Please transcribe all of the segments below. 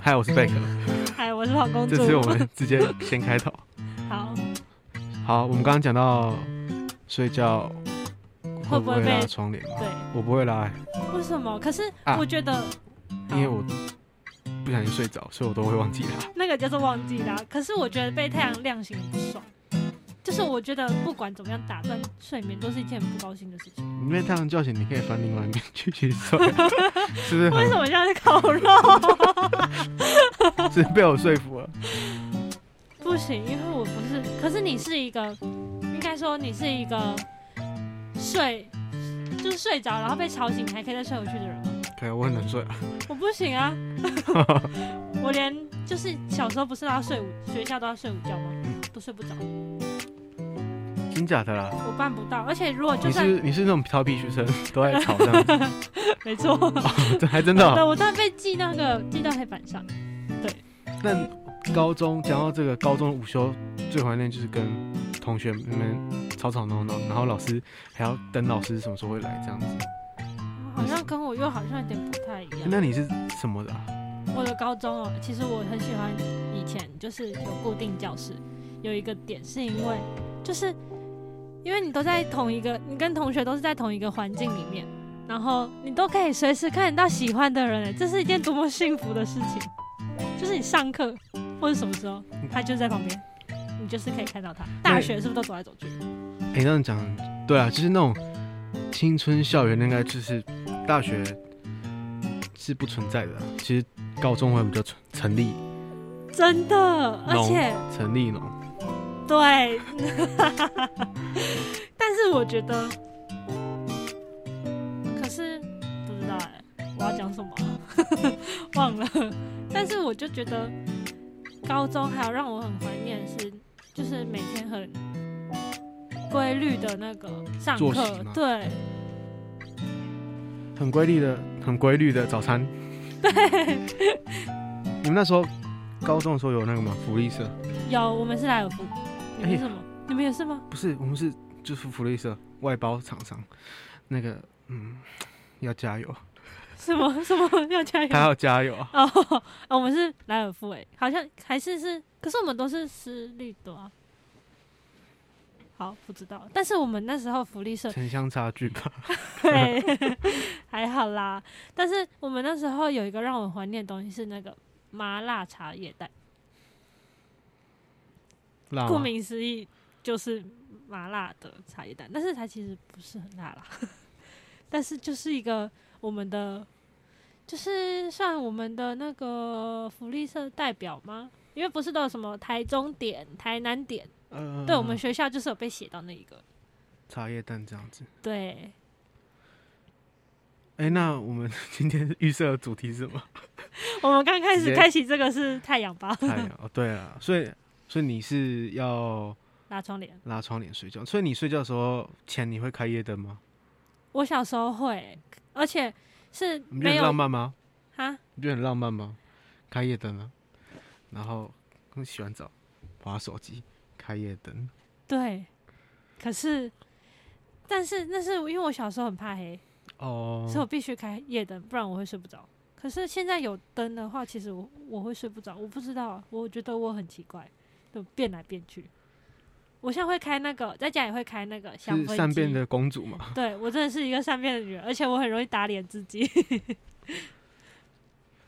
嗨，我是贝克，嗯嗨，我是黄公这主。次我们直接先开头。 好，好，我们刚刚讲到睡觉会会不不会会拉被窗帘嘛，对，哦我不会拉、为什么？可是啊我觉得，因为我不小心睡着，所以我都会忘记拉。那个就是忘记啦。可是我觉得被太阳亮醒很不爽，就是我觉得不管怎么样打断睡眠都是一件很不高兴的事情。你被太阳叫醒，你可以翻另外一边继续睡，啊 是不是为很什？么像是烤肉？ 是被我说服了？不行，因为我不是。可是你是一个，应该说你是一个睡，就是睡着然后被吵醒，你还可以再睡回去的人吗？可能我很能睡啊。我不 行啊，我连就是小时候不是都要睡午，学校都要睡午觉吗嗯？都睡不着，真假的啦？我办不到。而且如果就你算是你是那种调皮学生，都在吵这样子，没错， 这还真的哦、对我当然被记那个记到黑板上。那高中讲到这个高中午休最怀念就是跟同学们吵吵闹闹，然后老师还要等老师什么时候会来这样子。好像跟我又好像有点不太一样。那你是什么的啊、我的高中哦，其实我很喜欢以前就是有固定教室，有一个点是因为就是因为你都在同一个，你跟同学都是在同一个环境里面，然后你都可以随时看得到喜欢的人，哎，这是一件多么幸福的事情！就是你上课或者什么时候，他就在旁边，你就是可以看到他。大学是不是都走来走去？哎、那你讲对啊，就是那种青春校园，应该就是大学是不存在的啊、其实高中会比较存成立真的，而且成立浓。对，但是我觉得，可是不知道哎、我要讲什么啊、 忘了。但是我就觉得，高中还有让我很怀念的是，就是每天很规律的那个上作课息吗，对很规律的、很规律的早餐。对。你们那时候高中的时候有那个吗？福利社？有我们是莱尔夫，你哎们呀是什么？你们也是吗？不是，我们是就是福利社外包厂商。那个，嗯，要加 油，什么什么要加油？他要加油啊！ 哦，哦我们是莱尔富哎，好像还是是，可是我们都是私立的啊。好，不知道，但是我们那时候福 利社城乡差距吧。对 还好啦，但是我们那时候有一个让我怀念的东西是那个麻辣茶叶蛋，辣顾吗？名思义就是麻辣的茶叶蛋，但是它其实不是很辣啦， 但是就是一个我们的，就是算我们的那个福利社代表吗？因为不是都有什么台中点、台南点，呃对我们学校就是有被写到那一个，茶叶蛋这样子。对， 哎、那我们今天预设的主题是什 么？我们刚开直始接开启这个是太阳吧，太阳。哦，对了，所以所以你是要拉窗帘。拉窗帘睡觉，所以你睡觉的时候前你会开夜灯吗？我小时候会，而且是你觉得没很有浪漫吗？哈，你觉得很浪漫吗？开夜灯啊，然后嗯洗完澡，划手机，开夜灯。对，可是，但是那是因为我小时候很怕黑。所以我哦，必须开夜灯，不然我会睡不着。可是现在有灯的话，其实我我会睡不着，我不知道啊，我觉得我很奇怪，就变来变去。我现在会开那个，在家也会开那个香是氛机。善变的公主嘛？对我真的是一个善变的女人，而且我很容易打脸自己。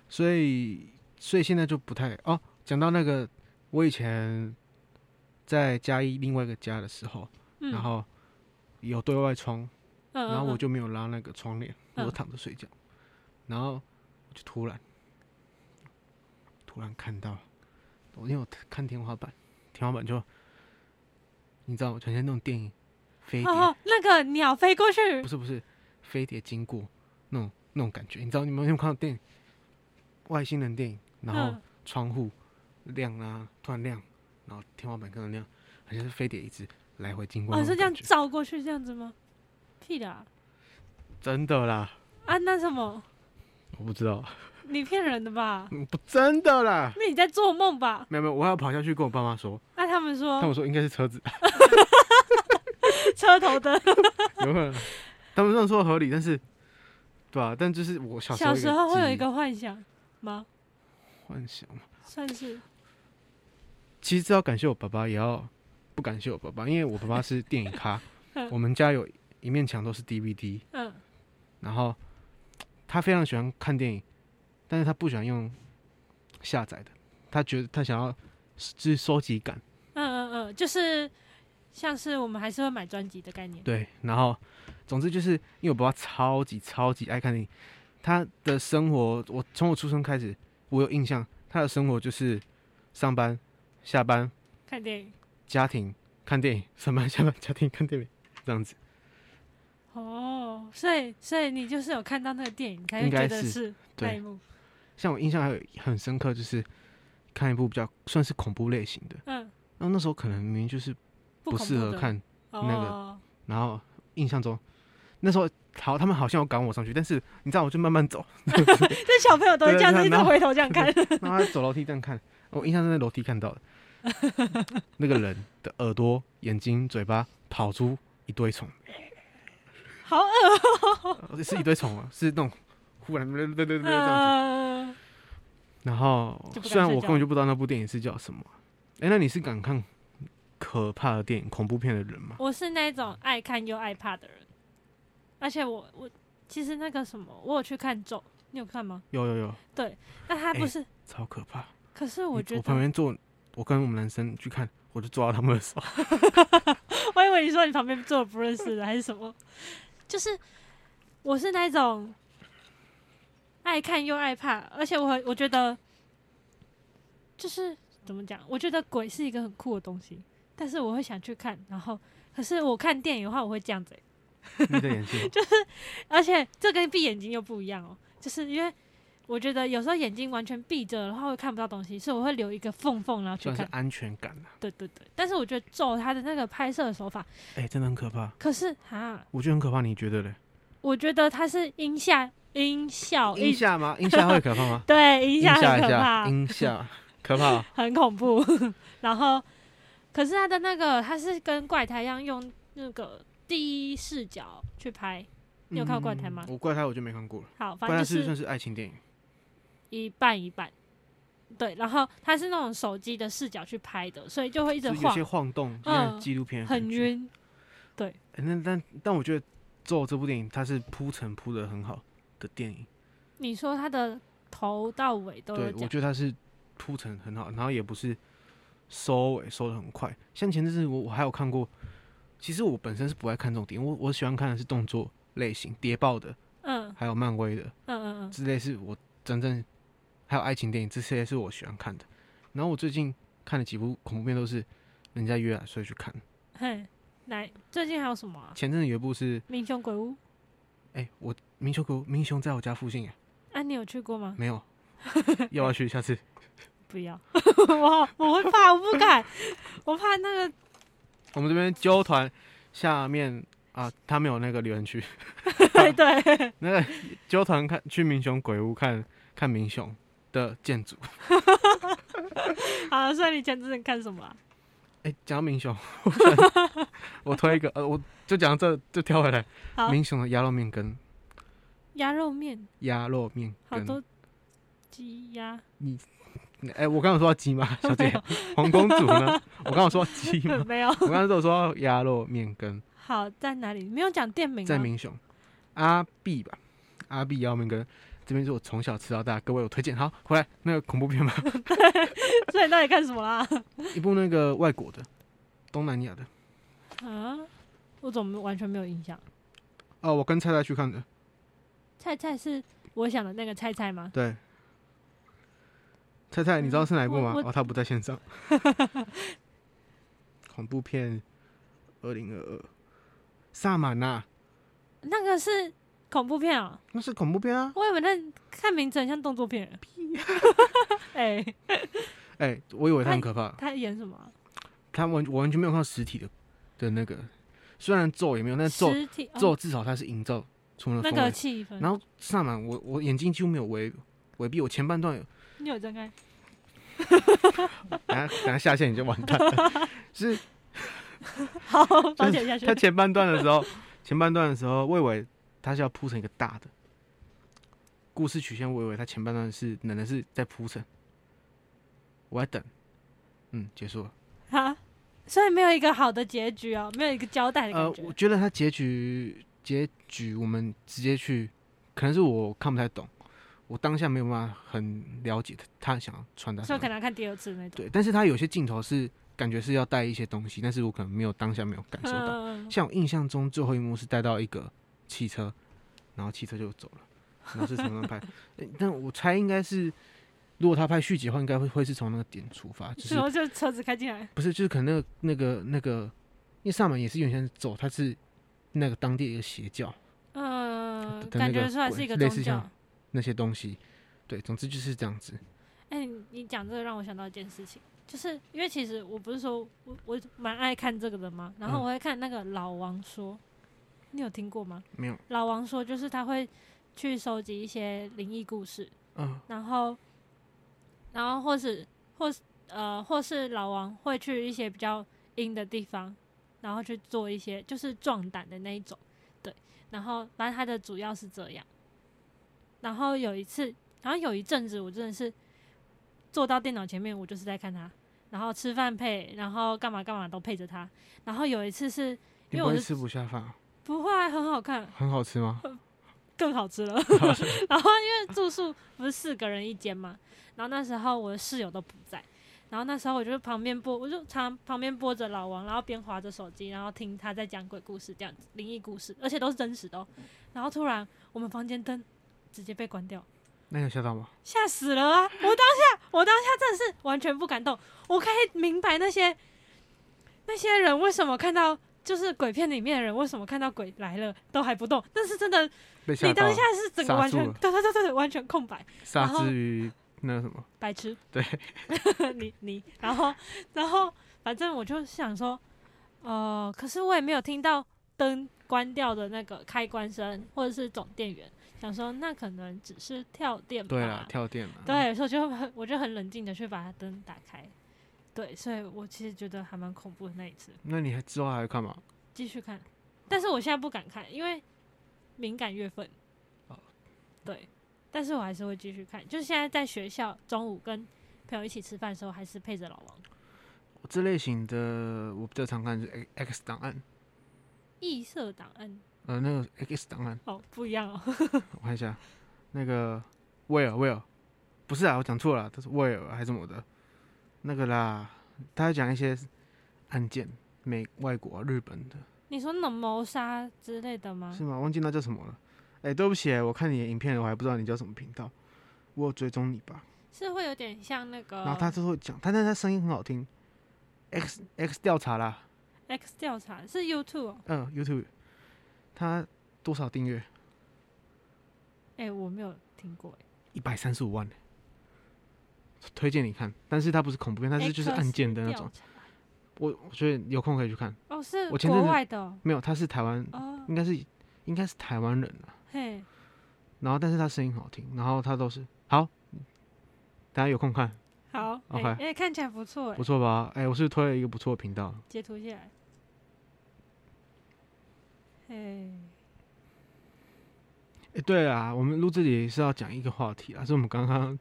所以所以现在就不太哦。讲到那个，我以前在嘉义另外一个家的时候，嗯，然后有对外窗，嗯，嗯，然后我嗯就没有拉那个窗帘，我嗯就躺着睡觉，然后我就突然突然看到，我因为我看天花板，天花板就你知道，全像那种电影飞碟，哦，那个鸟飞过去，不是不是飞碟经过那种那种感觉，你知道你们有没有看到电影外星人电影，然后嗯窗户亮啊，突然亮，然后天花板跟着亮，好像是飞碟一直来回经过哦，那你种是这感样觉，照过去这样子吗？屁的啊！真的啦，啊那什么，我不知道，你骗人的吧？ 嗯不真的啦。那你在做梦吧？没有没有，我要跑下去跟我爸妈说，那他们他说们说应该是车子， 车头灯，有可能，他们这样说合啊理，但是，对吧、但就是我小时候小时候会有记忆一个幻想吗？幻想。算是其实要感谢我爸爸，也要不感谢我爸爸，因为我爸爸是电影 咖嗯，我们家有一面墙都是 DVD，嗯然后他非常喜欢看电影，但是他不喜欢用下载的，他觉得他想要就是收集感，嗯嗯嗯，就是像是我们还是会买专辑的概念。对，然后总之就是因为我爸爸超级超级爱看电影，他的生活我从我出生开始，我有印象，他的生活就是上班、下班、看电影家庭、看电影、上班、下班、家庭、看电影这样子。哦，所以所以你就是有看到那个电影，你才会应觉该得是是那一对，幕。像我印象还有很深刻，就是看一部比较算是恐怖类型的，嗯，那那时候可能明明就是不不恐适怖合的看，那个哦然后印象中。那时候好，他们好像有赶我上去，但是你知道，我就慢慢 走，这小朋友都会这样子，对对一直然后回头这样看。然后他走楼梯这样看，我印象是在楼梯看到的， 那个人的耳朵、眼睛、嘴巴跑出一堆虫，好恶哦呃是一堆虫啊，是那种忽然对对对这样子。啊！然后就不敢虽然睡我觉根本就不知道那部电影是叫什么，哎、那你是敢看可怕的电影、恐怖片的人吗？我是那种爱看又爱怕的人，而且我我其实那个什么，我有去看咒，你有看吗？有有有，但他不是，超可怕！可是我你觉我旁得，边坐，我跟我们男生去看，我就抓到他们的手。 我以为你说你旁边坐的不认识的还是什么，就是我是那种爱看又爱怕，而且我很我觉得就是怎么讲，我觉得鬼是一个很酷的东西，但是我会想去看，然后可是我看电影的话，我会这样子欸、你的眼 睛，而且这跟闭眼睛又不一样哦，就是因为我觉得有时候眼睛完全闭着的话会看不到东西，所以我会留一个缝缝然后去算是看。安全感啊！对对对，但是我觉得咒它的那个拍摄手法，哎、真的很可怕，可是哈，我觉得很可怕，你觉得嘞？我觉得它是音效音效音下哦吗？音下会可怕吗？ 对音音效下很一可下，怕，音 下可怕哦，很恐怖。 然后，可是它的那个它是跟怪胎一样用那个第一视角去拍。你有看过怪胎吗嗯我怪胎我就没看过了，好，反怪正胎就是是算是爱情电影，一半一半。对，然后它是那种手机的视角去拍的，所以就会一直就是有些晃，晃动，就嗯像纪录片的很感觉。晕。哎那但但我觉得《咒》这部电影它是铺陈铺的很好的电影，你说它的头到尾都有对我讲，觉得它是铺陈很好，然后也不是收尾收的很快。像前阵子我我还有看过，其实我本身是不爱看这种电影，我我喜欢看的是动作类型、谍报的，嗯还有漫威的。嗯嗯之类是我真正还有爱情电影这些是我喜欢看的。然后我最近看的几部恐怖片都是人家约啊，所以去看。嗯，嘿，来，最近还有什么、啊？前阵子有一部是，民雄鬼屋，哎、我明修狗明雄在我家附近哎，啊，你有去过吗？ 没有，要不要去？下次不要， 我好我会怕，我不敢，我怕那 个我们这边纠团下面啊，他们有那个留言区，对对， 那个纠团看去明雄鬼屋看看明雄的建 筑。好，所以你前阵子看什么、啊？哎、讲到明雄，我突然我推一个，呃，我就讲到这就跳回来好，明雄的鸭肉面跟鸭肉面，鸭肉面好跟多鸡 鸭，哎、我刚有说到鸡 吗，啊小姐？黄公主呢？我刚有说到鸡吗？没有，我刚刚都有说到鸭肉面羹好在哪里？没有讲店名、啊，在明雄，阿碧吧，阿碧鸭肉面羹，这边是我从小吃到大，各位我推荐。好，回来那个恐怖 片吧， 所以你到底看什么啦、 一部那个外国的，东南亚的。啊？我怎么完全没有印象？哦，我跟菜菜去看的，菜菜是我想的那个菜菜吗？对。菜菜，你知道是哪一部吗嗯我？我哦，他不在线上。 恐怖片，二零二二，萨满呐，那个是恐怖片啊、那是恐怖片啊。我以为那看名字很像动作片。啊 哎、哎、我以为它很可怕。他演什么啊？他完我完全没有看到实体的的那个，虽然咒也没有，但咒实体、咒哦、至少它是营造出了那氛个围。气氛。然后萨满，我我眼睛几乎没有围围闭，我前半段有，你有睁开？ 等下等下下线你就完蛋了。是好，保险 下去他。前半段的时候，前半段的时候，我以为他是要铺成一个大的故事曲线，我以为他前半段是可能是在铺陈，我在等，嗯，结束了。哈，所以没有一个好的结局哦，没有一个交代的呃感觉，。我觉得它结局结局，我们直接去，可能是我看不太懂，我当下没有办法很了解他想要传达所什以我可么。能要看第二次那种。对，但是他有些镜头是感觉是要带一些东西，但是我可能没有当下没有感受到。嗯，像我印象中最后一幕是带到一个汽车，然后汽车就走了，然后是从那拍。诶但我猜应该是，如果他拍续集的话，应该会会是从那个点出发，就是然后就车子开进来，不是就是可能那个那个那个，因为萨满也是原先走，他是那个当地的一个邪教嗯、的那感觉个出来鬼是一个类宗似教像。那些东西。对，总之就是这样子。哎、你你讲这个让我想到一件事情，就是因为其实我不是说我我蛮爱看这个的嘛，然后嗯我会看那个老王说，你有听过吗？没有，老王说就是他会去收集一些灵异故事，嗯然后然后或是或是呃或是老王会去一些比较阴的地方，然后去做一些就是壮胆的那一种，对，然后反正他的主要是这样。然后有一次，然后有一阵子我真的是坐到电脑前面，我就是在看他，然后吃饭配，然后干嘛干嘛都配着他。然后有一次是因你为不我会是吃不下饭啊，不会很好看，很好吃吗？更好吃了。然后因为住宿不是四个人一间嘛，然后那时候我的室友都不在，然后那时候我就旁边播，我就常旁边播着老王，然后边划着手机，然后听他在讲鬼故事这样子，灵异故事，而且都是真实的、哦。然后突然我们房间灯直接被关掉，那你有吓到吗？吓死了啊！我当下，我当下真的是完全不敢动。我可以明白那些那些人为什么看到就是鬼片里面的人为什么看到鬼来了都还不动，但是真的被吓你到当了下，是整个刹完住全了对对对对，完全空白，杀然后之于那个什么，白痴。对， 你你，然后然后反正我就想说，呃，可是我也没有听到灯关掉的那个开关声或者是总电源，想说那可能只是跳电吧。对啦，跳嗯电了。啊对，所以我就很我就很冷静的去把它灯打开。对，所以我其实觉得还蛮恐怖的那一次，那你还之后还会看吗？继续看，但是我现在不敢看，因为敏感月份。哦对，但是我还是会继续看，就是现在在学校中午跟朋友一起吃饭的时候，还是配着老王。我这类型的我比较常看是 X- X 档案，异色档案呃，那个 X 档案，哦，不一样哦。 我看一下，那个威尔威尔，不是啊，我讲错了，他是威尔还是什么的，那个啦，他在讲一些案件，美外国、啊日本的，你说那种谋杀之类的吗是？吗？忘记那叫什么了。哎、对不起、我看你的影片了，我还不知道你叫什么频道，我有追踪你吧。是会有点像那个然后他就会讲，他但他声音很好听，X X 调查啦， X 调查是 YouTube 哦。嗯，YouTube，他多少订阅？哎、我没有听过哎。一百三十五万，推荐你看。但是它不是恐怖哎片，它是就是案件的那 X 种调。查。我我觉得有空可以去看。哦，是我前阵国子嗯外的哦。没有，他是台湾，哦应该是应该是台湾人啊。嘿，然后，但是他声音好听，然后他都是好，大家有空看，好，哎、 OK 哎、看起来不错哎不，错吧？哎、我是不是推了一个不错的频道，截图下来。嘿，哎、对啊，我们录这里是要讲一个话题啊，是我们刚刚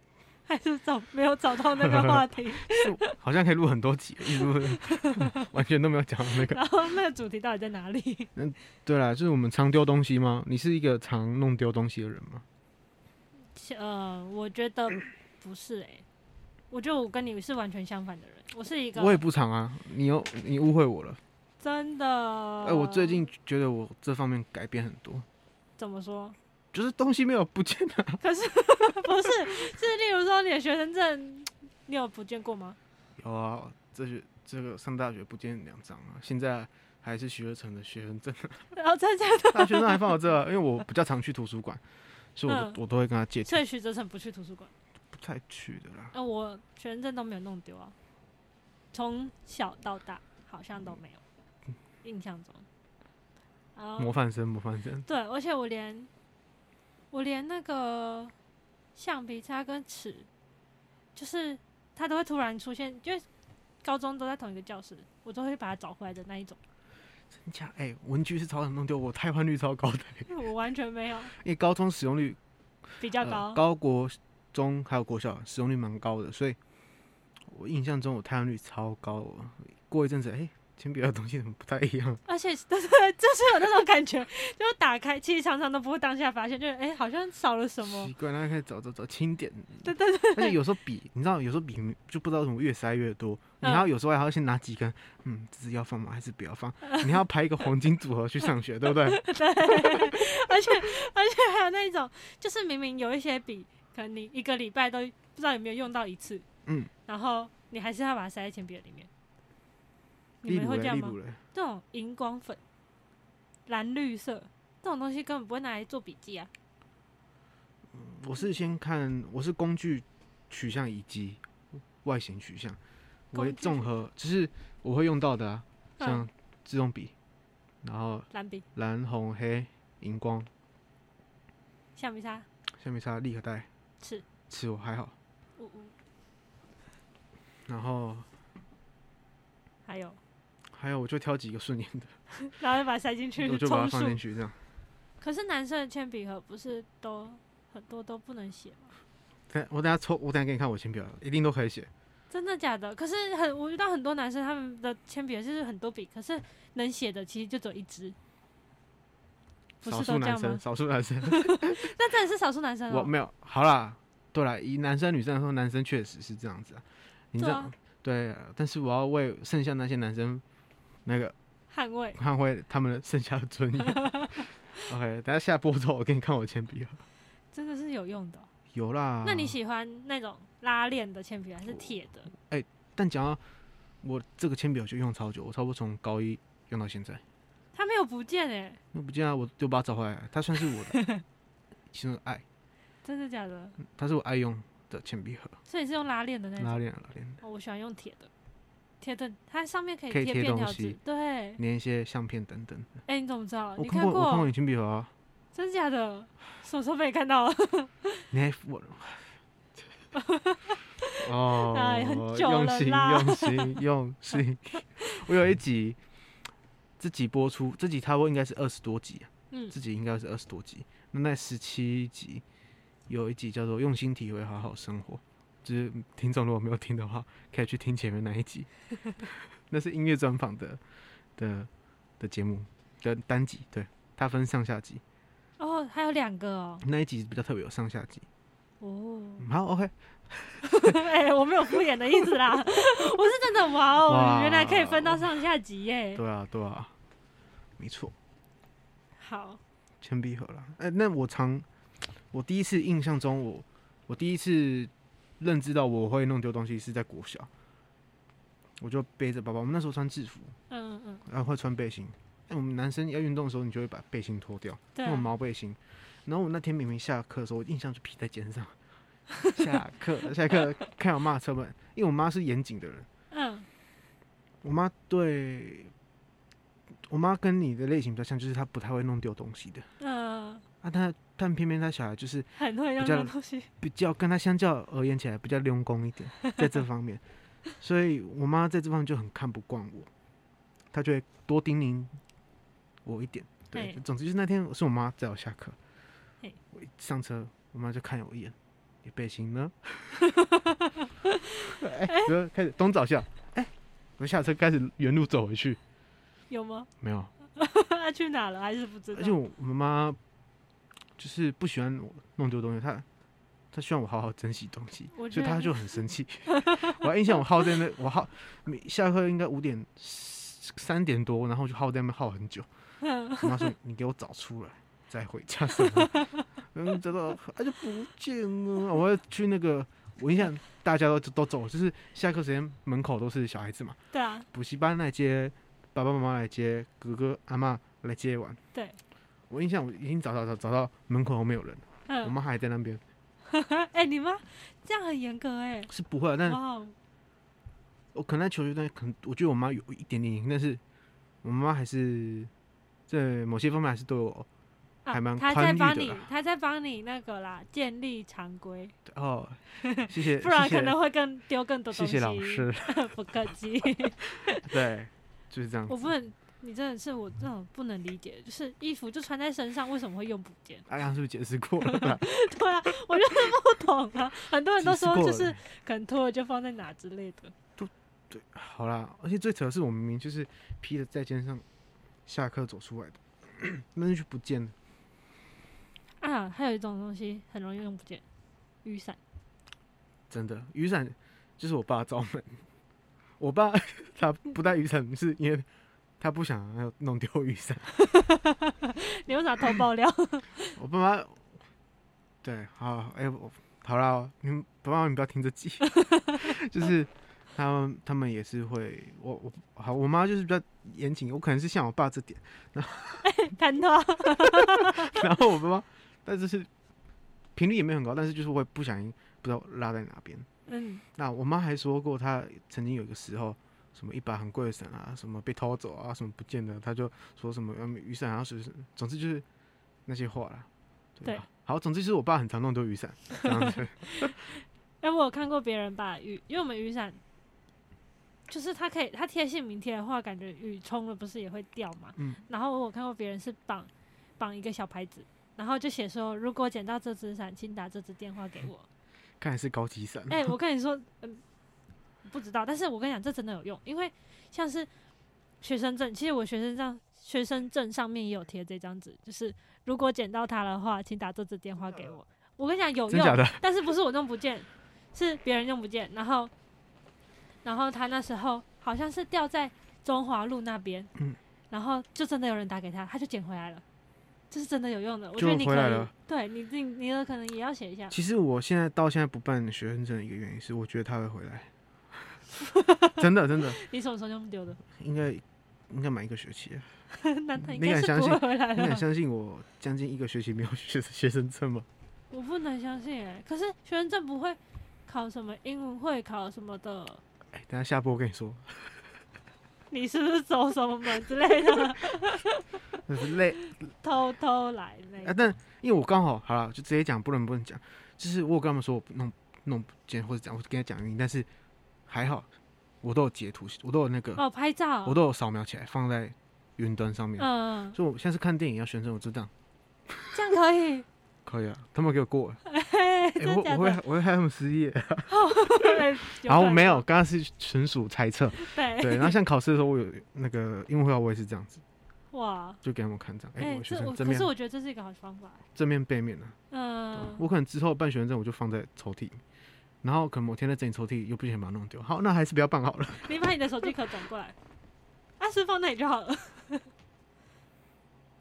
还是找没有找到那个话题，是好像可以录很多集，一直录 完全都没有讲到那个。然后那个主题到底在哪里？对啦，就是我们常丢东西吗？你是一个常弄丢东西的人吗？ 呃，我觉得不是哎、我觉得我跟你是完全相反的人，我是一个我也不常啊，你又你误会我了。真的。哎、我哦最近觉得我这方面改变很多，怎么说？ 就是东西没有不见了、可是不是是，例如说你的学生证，你有不见过吗？有啊，这学这个上大学不见两张啊，现在还是徐乐成的学生证， 然后在这样的，大学生还放我这，因为我比较常去图书馆，所以我、嗯我都会跟他借，所以徐哲成不去图书馆。不太去的啦。那、我学生证都没有弄丢啊，从小到大好像都没有，印象中。啊，模范生，模范生，对，而且我连我连那个橡皮擦跟尺，就是它都会突然出现，因为高中都在同一个教室，我都会把它找回来的那一种。真假？哎、文具是超常弄丢，我汰换率超高的、我完全没有， 因为高中使用率比较呃高。高国中还有国小使用率蛮高的，所以我印象中我太阳率超高，我过一阵子哎，铅笔的东西怎么不太一样？而且对对，就是 有那种感觉，就是打开，其实常常都不会当下发现，就是哎，好像少了什么奇。怪，然后开始找找找清点，对对对，而且有时候笔，你知道，有时候笔就不知道为什么越塞越多，嗯你还要有时候还要先拿几根，嗯，这是要放吗？还是不要 放？你还要排一个黄金组合去上学，对不对？而且而且还有那种，就是明明有一些笔，可能你一个礼拜都不知道有没有用到一次，嗯，然后你还是要把它塞在铅笔里面。 你例们如会这嘞，样例吗如？嘞，这种荧光粉、蓝绿色这种东西根本不会拿来做笔记啊。我是先看，我是工具取向以及外形取向，我会工具取综合，就是我会用到的、啊，嗯像自动笔，然后蓝笔、蓝、红、黑、荧光、橡皮擦、橡皮擦、立可带、尺、尺我还好，五五，然后还有，还有我就挑几个顺眼的，然后就把它塞进去我就把它充放进数。去，这样。可是男生的铅笔盒不是都很多都不能写吗？等我等下抽，我等下给你看我铅笔，一定都可以写。真的假的？可是很，我遇到很多男生他们的铅笔盒就是很多笔，可是能写的其实就只有一支。不少是数都这男样生，吗？少数男 生，那真的是少数男生我哦。没有。好啦，对啦，以男生女生来说，男生确实是这样子啊。你这对啊样对，但是我要为剩下那些男生那个捍卫捍卫他们的剩下的尊 严。OK，等下下播之后我给你看我铅笔盒。真的是有用的哦、有啦，那你喜欢那种拉链的铅笔还是铁的？但讲到我这个铅笔，我就用超久，我差不多从高一用到现在。它没有不见哎、那不见啊，我就把它找回来了，它算是我的 其中的爱，真的假的？它是我爱用的铅笔盒，所以是用拉链的那嗯种。拉链啊拉链。哦，我喜欢用铁的，铁的它上面可以可以贴便东条纸西。对，哎、粘一些相片等等。你怎么知道？我哦你看过，我看过过？你铅笔盒啊，真的假的？什么时候被你看到了？ 你还我。哦，哎很久用了心啦用心用 心。我有一集自己播出，自己差不多应该是二十多集啊，嗯，自己应该是二十多集。那那十七集有一集叫做“用心体会好好生活”，就是听众如果没有听的话，可以去听前面那一 集，那是音乐专访的的的节目的单集，对，它分上下集。哦，还有两个哦，那一集比较特别，有上下集。哦，嗯好，OK， 哎、我没有敷衍的意思啦，我是真的哇哦，哇原来可以分到上下集耶。对啊，对啊，没错，好，铅笔盒啦。哎、那我常，我第一次印象中我，我第一次认知到我会弄丢东西是在国小，我就背着包包。我们那时候穿制服，嗯嗯，然后会穿背心。哎，我们男生要运动的时候，你就会把背心脱掉，那对啊、种毛背心。然后我那天明明下课的时候，我印象就披在肩上。下课，下课，看我妈的车门，因为我妈是严谨的人，嗯，我妈对我妈跟你的类型比较像，就是她不太会弄丢东西的嗯、啊。她但偏偏她小孩就是很会用比较那东西，比较跟她相较而言起来比较用功一点，在这方面，所以我妈在这方面就很看不惯我，她就会多叮咛我一点。对嘿，总之就是那天是我妈载我下课嘿，我一上车，我妈就看了我一眼，你背心 呢？哎、然后开始东找西找，哎、我下车开始原路走回去，有吗？ 没有。他去哪了？还是不知而且道？我妈妈就是不喜欢我弄丢东西，她她希望我好好珍惜东西我，觉所以得她就很生气。 我还印象我耗在那，我耗每下课应该五点三点多，然后就耗在那边耗很 久。我妈说：“你给我找出来，再回家什么的。”嗯，找到啊就不见了。我要去那个，我印象大家都都走了，就是下课时间门口都是小孩子嘛，对啊，补习班来接，爸爸妈妈来接，哥哥阿妈来接完。对，我印象我已经找找找找到门口没有人，我嗯，妈还在那边，哎、你妈这样很严格哎、是不会啊。但哇哦，我可能在求学端，可能我觉得我妈有一点点赢，但是我妈还是在某些方面还是对我哦啊还蛮他在宽裕帮的你啦，他在帮你那个啦，建立常规， 哦，谢谢，不然谢谢可能会更丢更多谢 东西。谢老，师， 嗯不客气。对，就是这样我子。不能，你真的是我这种不能理解，就是衣服就穿在身上，为什么会用不见？阿哎亮是不是解释过 了？对啊，我就是不懂啊。很多人都说解释过就了是可能脱了就放在哪之类的。好啦，而且最扯的是，我明明就是披着在肩上下课走出来的， 但是就不见了。啊，还有一种东西很容易用不见，雨伞。真的，雨伞就是我爸找我们。我爸他不带雨伞，是因为他不想要弄丢雨伞。你为啥偷爆 料？我爸妈，对，好，哎、我好啦，你们爸妈你不要听这集， 就是他们他们也是会，我我好，我妈就是比较严谨，我可能是像我爸这点， 看到然后我爸妈，但就是频率也没有很高，但是就是会不小心不知道落在哪边。嗯，那我妈还说过，她曾经有一个时候，什么一把很贵的伞啊，什么被偷走啊，什么不见的，她就说什么嗯雨伞啊，随身，总之就是那些话啦。吧对好，总之就是我爸很常弄丢雨伞，这样子 哎、我有看过别人把雨，因为我们雨伞就是它可以，它贴姓名贴的话，感觉雨冲了不是也会掉嘛。嗯然后我有看过别人是绑绑一个小牌子，然后就写说，如果捡到这只伞，请打这支电话给我。看来是高级 伞。哎、我跟你说，嗯，不知道，但是我跟你讲，这真的有用，因为像是学生证，其实我学生证学生证上面也有贴这张纸，就是如果捡到它的话，请打这支电话给我。我跟你讲有真假用，的？但是不是我弄不见，是别人弄不见，然后然后他那时候好像是掉在中华路那边，嗯然后就真的有人打给他，他就捡回来了。这是真的有用的，我觉就得你回可来以了，对你你你有可能也要写一下，其实我现在到现在不办学生证的一个原因是，我觉得他会回来。 真的真的，你什么时候用丢的？应该应该满一个学期了。那他应你敢该是相不信会回来你敢了。相信我将近一个学期没有学 学生证吗？我不能相信哎、可是学生证不会考什么英文会考什么的，哎、等一下下播我跟你说， 你是不是走什么门之 类的，那是累偷偷来啊，那？但因为我刚好好了，就直接讲不能不能讲，就是我有跟他们说我弄弄不见或者讲，我跟他讲原因，但是还好我都有截图，我都有那个，哦，拍照，呃我都有扫描起来放在云端上面。嗯，嗯所以我下次看电影要宣传，我知道这样可以， 可以啊，他们给我过了，嘿，哎、真我的假我会的？我会害他们失业， 哎然后可能没有，刚刚是纯属猜 测，对，对，然后像考试的时候，我有那个英文会考，我也是这样子，哇，就给他们看这样，哎、哎，我学这我生正可面是我觉得这是一个好方法，正面背面的、啊嗯，我可能之后办学生证，我就放在抽屉，然后可能某天再整理抽屉，又不小心把它弄丢。好，那还是不要办好了。你把你的手机壳转过来，啊，是放那里就好了，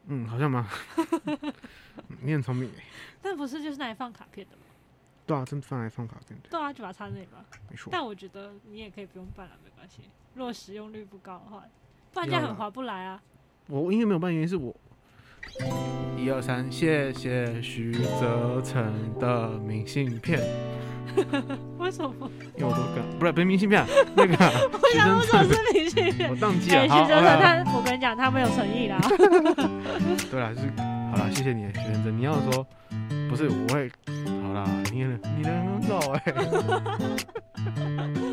嗯，好像 蛮。嗯你很聪明哎。但不是就是拿来放卡片的吗？对啊，真放来放卡片对，对啊，就把它插那里吧。没错。但我觉得你也可以不用办了，没关系。如果使用率不高的话，不然有这样很啦划不来啊。我因为没有办，原因是我。一二三，谢谢徐泽成的明信片，为什么？ 因为我都干，不是不是明信片啊，那个啊徐那为泽什成，么是明信 片？我宕机哎，了。徐好，哲好啦成他，我跟你讲，他没有诚意啦。 对啦，就是好啦，谢谢你，徐先生。你要说啊不是，我会好啦，你你能弄到哎。